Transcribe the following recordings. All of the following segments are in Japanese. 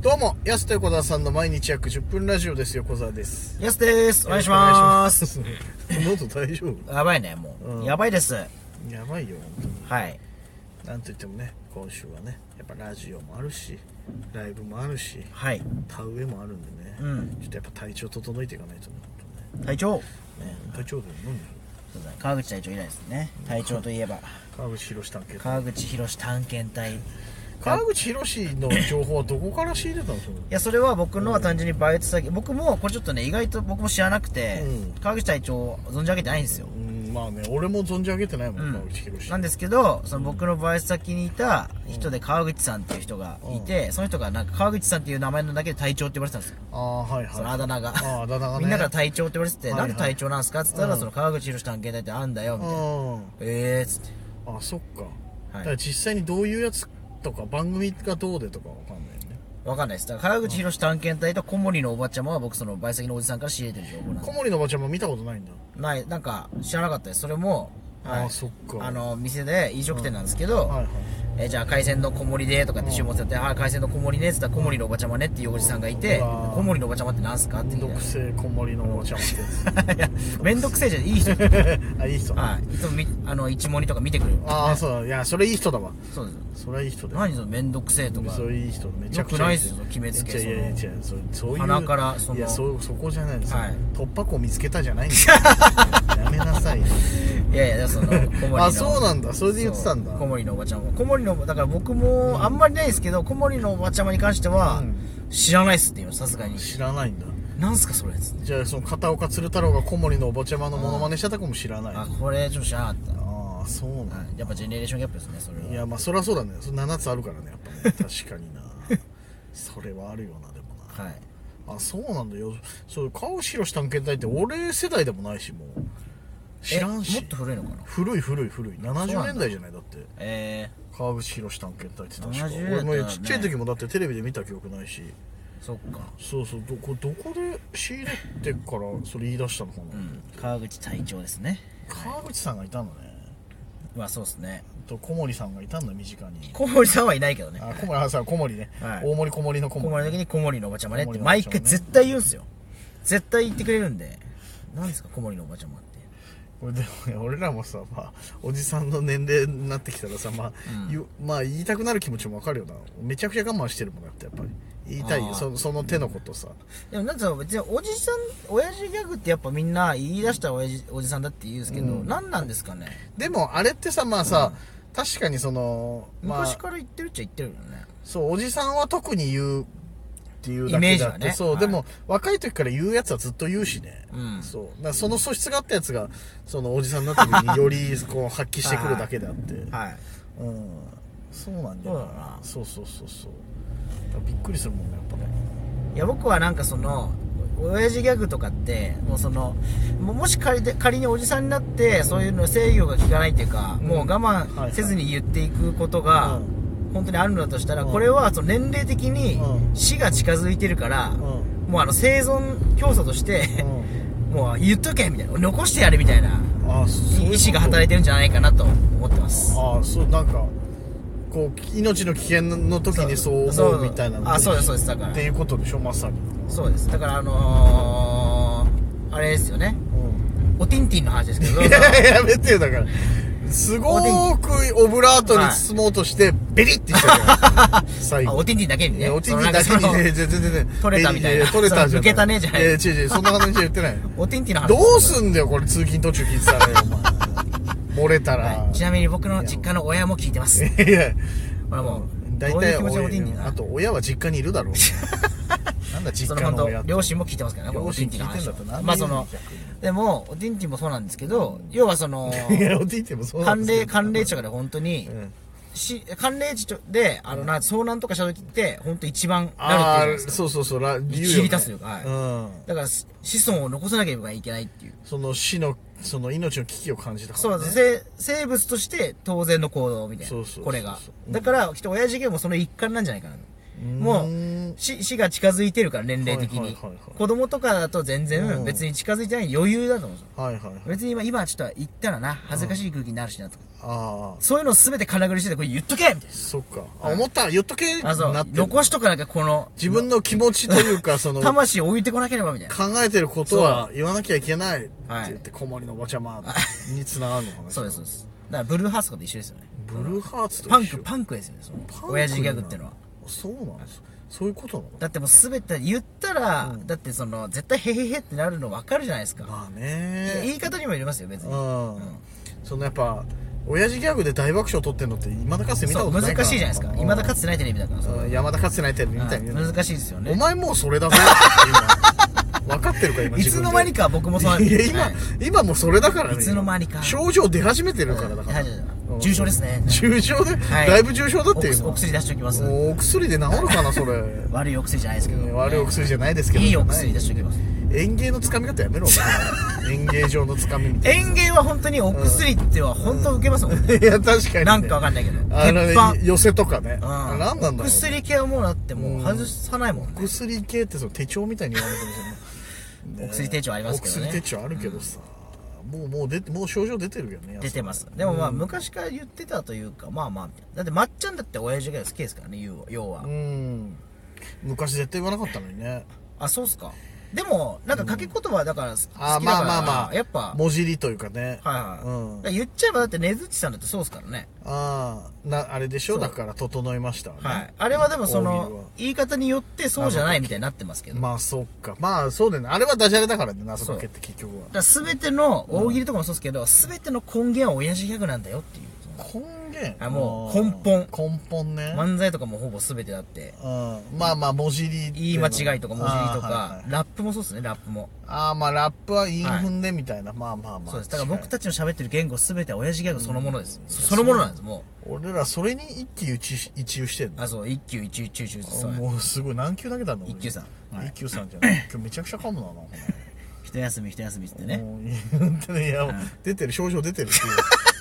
どうも、やすと横澤さんの毎日約10分ラジオです。横澤です。やすです。お願いします。よろしくお願いします。喉大丈やばいね、もう、うんやばいです。夫 やばいよ、本当に。はい。なんといってもね、今週はね、やっぱラジオもあるし、ライブもあるし、はい。田植えもあるんでね、うんちょっとやっぱ体調整えていかないとね。隊長。本当ねね体調で飲んでる。そうだ川口隊長以来ですね。隊長といえば、川口博士探検隊。川口博士探検隊。い川口博士の情報はどこから仕入れたのそのや、それは僕のは単純にバイト先、僕も、これちょっとね、意外と僕も知らなくて、うん川口隊長を存じ上げてないんですよ。うん、まあね、俺も存じ上げてないもん、うん川口博士。なんですけど、その僕のバイト先にいた人で川口さんっていう人がいて、その人がなんか川口さんっていう名前のだけで隊長って言われてたんですよ。ああ、はいはい。そのあだ名が。ああ、あだ名がね。みんなから隊長って言われてて、はいはいなんで隊長なんですかって言ったら、うんその川口博士探検隊ってあんだよ、みたいうな。ん。えーっつって。あそっか,、はいだから実際にどういうやつとか番組がどうでとかわかんないよねわかんないです。だから川口博士探検隊と小森のおばちゃまは僕その倍先のおじさんから仕入れてる情報なん小で森のおばちゃんも見たことないんだ、ない、なんか知らなかったです。それも、はいあそっかあの、店で飲食店なんですけど、はいはいえーじゃあ海鮮の小森でとかって注文されて、あー、海鮮の小森ねって言ったら小森のおばちゃまねっていうおじさんがいて、うわー小森のおばちゃまってなんすかってめんど言っくせえ小森のおばちゃんってて。いや、めんどくせえじゃ ん、いい人。あいい人、はい。いつもみ、あの、一森とか見てくれる。ああそうだいやそれいい人だわそうです。それはいい人だよ何そのめんどくせえとか。それいい人めちゃくちゃよくないっすよ決めつけいやいやいやいやそそういう鼻からそのいやそそこじゃないです、はい突破口見つけたじゃないんだ よやめなさいよいやいや、その、小森の。 あそうなんだそれで言ってたんだそう小森のおばちゃんも。小森の、だから僕もあんまりないですけど、小森のおばちゃまに関してはうん、知らないっすって言いました、さすがに。知らないんだなんすか、それっつって。じゃあその片岡鶴太郎が小森のおばちゃまのモノマネしてたかも知らないあ、これ、ちょっと知らなかっああそうなんだた。はいやっぱジェネレーションギャップですね、それいは。やまあそりゃそうだねそ7つあるからねやっぱ ね確かになそれはあるよなでもなはい。あそうなんだよそう川口博士探検隊って俺世代でもないしもう知らんえもしっと古いのかな古い古い古い70だ年代じゃないだってえ川口博士探検隊って確か70年代俺だねもちっちゃい時もだってテレビで見た記憶ないしー、そっか。そうそうどこどこで仕入れてからそれ言い出したのかな、うん。川口隊長ですね。川口さんがいたのねまあ、そうですね。と小森さんがいたんだ身近に小森さんはいないけどね。あ小森あさ小森ね、はい大森小森の小小森森の時に小森のおばちゃまねっ小て森のおば毎ちゃまね回絶対言うんすよ。絶対言ってくれるんで。なんですか、小森のおばちゃまって。これでもね俺らもさ、まあ、おじさんの年齢になってきたらさ、まあゆまあ、言いたくなる気持ちもわかるよなめちゃくちゃ我慢してるもんだってやっぱり言いたいあよーそその手のことさ、でもなんつうの別におじさん親父ギャグってやっぱみんな言い出したら親父おじさんだって言うんですけど、うん何なんですかね、でもあれってさまあさ、確かにその、まあ、昔から言ってるっちゃ言ってるよねそうおじさんは特に言うっていうだイメけージだっはて、ねそう、はいでも若い時から言うやつはずっと言うしね、うんそうだからその素質があったやつがそのおじさんになった時によりこう発揮してくるだけであって、はいうんそうなんだよそうだなそうそうそうそうだからびっくりするもんねやっぱねいや僕はなんかその親父ギャグとかってもうそのももし仮で仮におじさんになってそういうの制御が効かないっていうか、うんもう我はいはい慢せずに言っていくことが、うん本当にあるのだとしたら、うんこれはその年齢的にうん死が近づいてるから、うもうあの生存競争として、んもう言っとけみたいな残してやれみたいなああそう意思が働いててるんじゃないかなと思ってますああそうなんかこう命の危険の時にそう思うみたいなのあそうですそうですだからっていうことでしょまさにそうですだからあのー、あれですよねうおティンティンの話ですけ どんいややめてよだからすごーくオブラートに包もうとしてベリってしたから最 あ後おティンティンだけにいねやおちんちんだけそのになんねか全然全然取れたみたいなやや取れたじゃん抜けたねじゃないや違う違うそんな話は言ってないそのおティンティンの話どうすんだよ、これ、通勤途中聞いてたらよ、お 前。漏れたら。はいちなみに僕の実家の親も聞いてますいや、ほらもう大どうい体う気持ちでおティンティン親、あなと、親は実家にいる だろう。なんだ、そ実の家本の親っ当て。両親も聞いてますからねこのおティンティンの話両親聞いてんだったらまあその逆にでもおティンティンもそうなんですけど要はその いや、おじいってもそうなんで寒す冷けど寒冷地とかで本当に、うんし寒冷地であのな遭難とかした時って本当一番なるっていああ、うじゃないですかそうそうそう、ら理切り出すよはいうん。だからし子孫を残さなければいけないっていうその死の、その命の危機を感じたかそらうね。ですせ生物として当然の行動みたいなそうそうそうそうこれがうんだからきっと親父ゲームもその一環なんじゃないかなうーんもう死死が近づいてるから、年齢的に。はいはいはいはい子供とかだと全う然ん別に近づいてない余裕だと思うんですよ。はいはいはい別に今、今ちょっと言ったらな、恥ずかしい空気になるしなとか。ああそういうのすべて金繰りしてて、これ言っとけみたいな。そっかあ思った言っとけあ、そうなっ。てる残しとかなきゃ、この、自分の気持ちというかその考魂を置いてこなければみたいな。えてることは言わなきゃいけないってはい言って小森のおばちゃ まにつながるのかなそうです、そうです。だから、ブルーハーツとかと一緒ですよね。ブルーハーツとパン一緒ク、パンクですよね、そのパン、ク親父ギャグってのは。そうなんですそういうことなのだってもうすべて、言ったら、だってその、絶対へへへってなるの分かるじゃないですか。まあいやね言い方にもよりますよ、別うに。ん、そのやっぱ親父ギャグで大爆笑取ってんのって今田かつて見たそこう、とな難いからしいじゃないですか。未だかつてないテレビだから、それうん山田かつてないテレビみたいに、はい難しいですよおね。前もうそれだぞ今分かってるか今いつの間にか僕もそうなんいやです今、はい今もうそれだからねいつの間にか症状出始めてるからだから、はいはいはいうん重症ですね。重症で、はいだいぶ重症だってお今お薬出しておきます。もうお薬で治るかなそ れ悪いお薬じゃないですけど。悪いお薬じゃないですけどいいお薬出しておきます。園芸のつかみ方やめろお 前園芸上のつかみみたい園芸は本当にお薬っては本当受けますもんね。ないや確かになんかわかんないけど。あの鉄板。寄せとかね、うん何なんなんだろう薬系はもうだってもう外さないもんね。薬系ってその手帳みたいに言われてるじゃんねお薬 手帳ありますけどねお薬手帳あるけどさ、もうもう出てもう症状出てるよね出てます。でもまあ昔から言ってたというか、まあまあみたいな。だってまっちゃんだって親父が好きですからね、言う要はう。ん昔絶対言わなかったのにねあ、そうっすか。でも、なんか掛け言葉だから好きだから、あーまあまあまあやっぱ、もじりというかねはいはい。うんだから言っちゃえばだって根津っちさんだってそうっすからね。ああなあれでしょそうだから整いましたわね、はい。あれはでもそ大喜利はの、言い方によってそうじゃないみたいになってますけど。だかまあそっかまあそうだよねあれはダジャレだからね謎かけって結局はら全ての、大喜利とかもそうっすけど、全ての根源は親父ギャグなんだよっていう。根源あもうー根根本ね、漫才とかもほぼ全てだって、うん、まあまあ文字り言い間違いとか文字入りとあか、ー,はいはい、ラップもそうっすね、ラップも。あーまあラップは韻踏んでみたいな、まあまあまあそうです。だから僕たちの喋ってる言語全ては親父ギャグそのものです。んそそのものなんです、も俺らそれに一喜一憂一憂してんう。のあ、そう、一級一級一級一級そうもうすごい何球投げたの一級さんはい一級さんじゃない今日めちゃくちゃ噛むななんか一休み一休みっつってねね。もういや本当にいや、出てる症状出てるっていう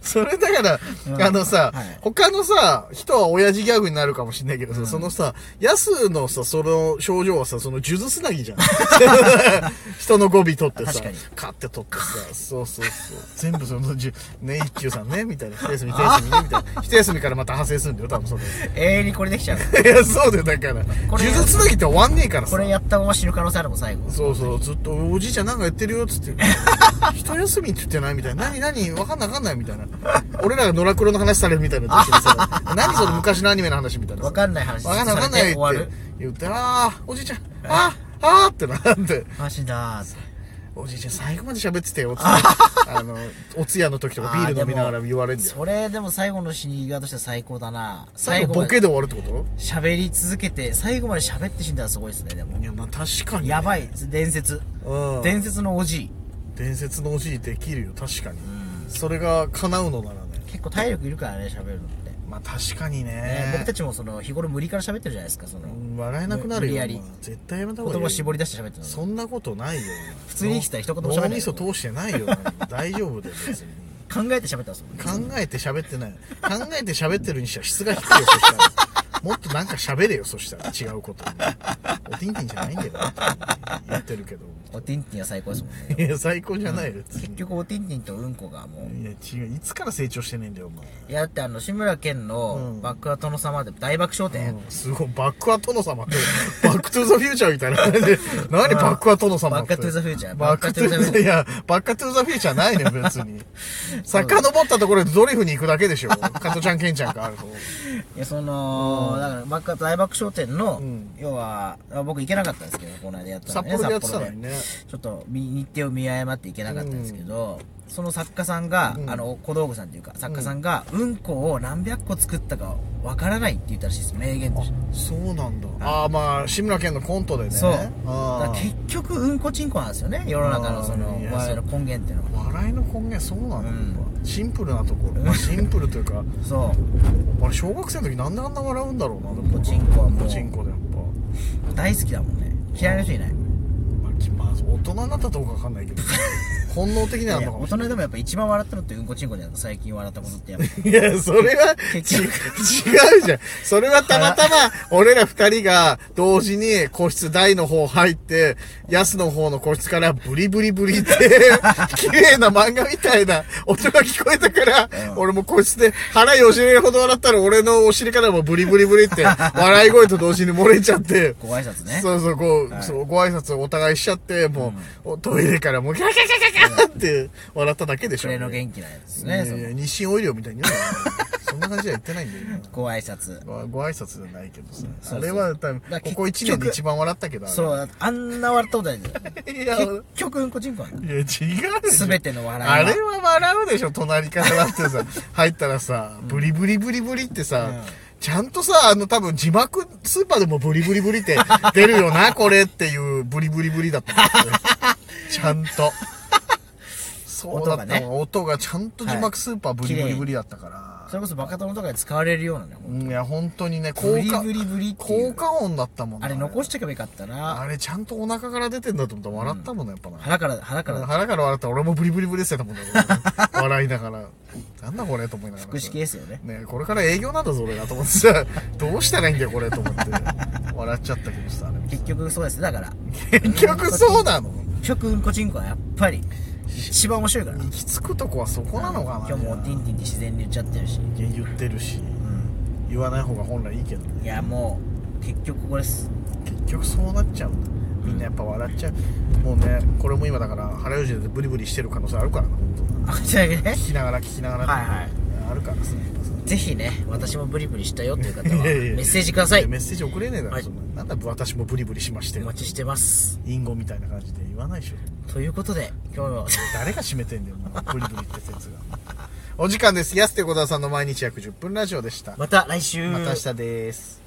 それだから、あのさ、はい他のさ、人は親父ギャグになるかもしんないけどさ、そのさ、ヤスのさ、その症状はさ、その数珠つなぎじゃん。 人の語尾取ってさ確かに、カって取ってさ、そう そうそう。全部その、じゅね、一休さんね、みたいな、一休み、一休みね、みたいな。一休みからまた派生するんだよ、多 分それ。永遠にこれできちゃう。いや、そうだよ、だから。これ数珠つなぎって終わんねえからさ。これやったまま死ぬ可能性あるもん、最後。そうそう、ずっと、おじいちゃんなんか言ってるよ、っつって。一休みって言ってないみたいな。何何わかんないわかんないみたいな。俺らがノラクロの話されるみたいな時にさ。何その昔のアニメの話みたいなさ。わかんない話わかんないわかんない終わっるて言って、ああ、おじいちゃん、ああ、ああってなって。マジだーおじいちゃん最後まで喋っててよ、つって。あの、お通夜の時とかビール飲みながら言われるんだよ。それでも最後の死に際としては最高だな最後まボでケで終わるってこ喋り続けて、最後まで喋って死んだらすごいですね、でもと。いや、まあ確かに、やばい、伝説。うん。伝説のおじい。伝説のおじいできるよ、確かに。それが叶うのならね。結構体力いるからね、喋るのって。ねまあ確かにね。僕たちもその日頃無理から喋ってるじゃないですか、その。笑えなくなるよ無理やりお前絶対やめた方がい言いよ葉絞り出して喋ってるの。そんなことないよ普通に生きてたら一言も喋んない脳みそ通してないよ大丈夫だよ別に考えて喋ったんですよ。考えて喋ってない考えて喋ってるにしては質が低いよそしたらもっとなんか喋れよそしたら違うことおティンティンじゃないんだよ言ってるけどおてんてんは最高ですもんね。いや最高じゃないよ別結に局おてんてんとうんこがもう。いや違ういつから成長してねえんだよお前いや、だってあの、志村けんうのんバックアトの様で大爆笑点。すごい、バックは殿様って、バックトゥーザフューチャーみたいな。で何バックは殿様って。バックトゥーザフューチャーバックトゥーザフューチャー。いや、バックトゥーザフューチャーないね、 別に。遡ったところでドリフに行くだけで しょ。加トちゃん、ケンちゃんか、ある方いや、その、だからバックアト大爆笑点の、ん要は、あ僕行けなかったんですけど、この間やったの札ね。幌でやってたの札幌にでね。ちょっと見日程を見誤って行けなかったんですけど、その作家さんが、あの小道具さんというか作家さんが、うん、こを何百個作ったかわからないって言ったらしいです名言として、そうなんだ。ああ、まあ、志村けんのコントでね。そうだからあー結局うんこちんこなんですよね世の中のそのあーいや我々の根源っていうのは笑いの根源、そうなんだ、うシンプルなところ。まあ、シンプルというか、そう俺、小学生の時なんであんな笑うんだろうな、でもポチンコはもうポチンコで、やっぱ。大好きだもんね嫌いな人いない まあ、きまあ大人になったとかわかんないけど本能的にいやあいるやのか大もしれ人でもやっぱ一番笑ったのってうんこちんこじゃん最近笑ったことってやっぱない。いや、それは、ち結違局うじゃん。それはたまたま、俺ら二人が同時に個室台の方入って、ヤスの方の個室からブリブリブリ って、綺麗な漫画みたいな音が聞こえたから、うん俺も個室で腹よじれるほど笑ったら俺のお尻からもブリブリブリって、笑い声と同時に漏れちゃって、ご挨拶ねそうそう、こう、はいそう、ご挨拶をお互いしちゃって、もう、おトイレからもう、ガガガガガガって笑っただけでしそょ。れの元気なやつですいやねいそやいのや日清オイリオみたいに言うなそんな感じは言ってないんだ よご挨拶今ごご挨拶じゃないけどさそうそうあれは多分だからここ1年で一番笑ったけどあれそうあんな笑ったことないんだよいや結局うんこちんこなんだいや違うす全ての笑いはあれは笑うでしょ隣からだって さ入ったらさブリブリブリブリってさ、うんちゃんとさ、あの多分字幕、スーパーでもブリブリブリ って出るよな、これっていうブリブリブリだったんだよねちゃん と。そうだったわ音がね音がちゃんと字は幕いスーパーブリブリブリだったから。それこそバカ殿とかで使われるようなねいや、本当にね、ブ効リ果、ブリブリってい効う果音だったもんねあれ残しておけばよかったあなれちゃんとお腹から出てんだと思ったら笑ったもんね、やっぱな。腹から腹から腹から笑ったら俺もブリブリブリしてたも んね。俺笑いながら。なんだこれと思いながら。腹式ですよねねこれから営業なんだぞ俺らと思ってさ、どうしたらいいんだよこれと思って。笑っちゃったけどさ、あれ。結局そうですだから結局そうなの食うんこちんこはやっぱり一番面白いから行き着くとこはそこなのかな。今日もうティンティンって自然に言っちゃってるし、いや言ってるし、う言わない方が本来いいけどね。ん、いやもう結局ここです結局そうなっちゃうんだみんなやっぱ笑っちゃうもうねこれも今だから腹よじれでブリブリしてる可能性あるからな本当あじゃあね聞きながら聞きながら、はいはいあるからさぜひね私もブリブリしたよっていう方はいメやいやッセージくださいメッセージ送れねえだろ、はいそんななんだ私もブリブリしましてお待ちしてますインゴみたいな感じで言わないでしょということで今日の誰が締めてんだよもうブリブリって説が お時間です安手小沢さんの毎日約10分ラジオでしたまた来週また明日です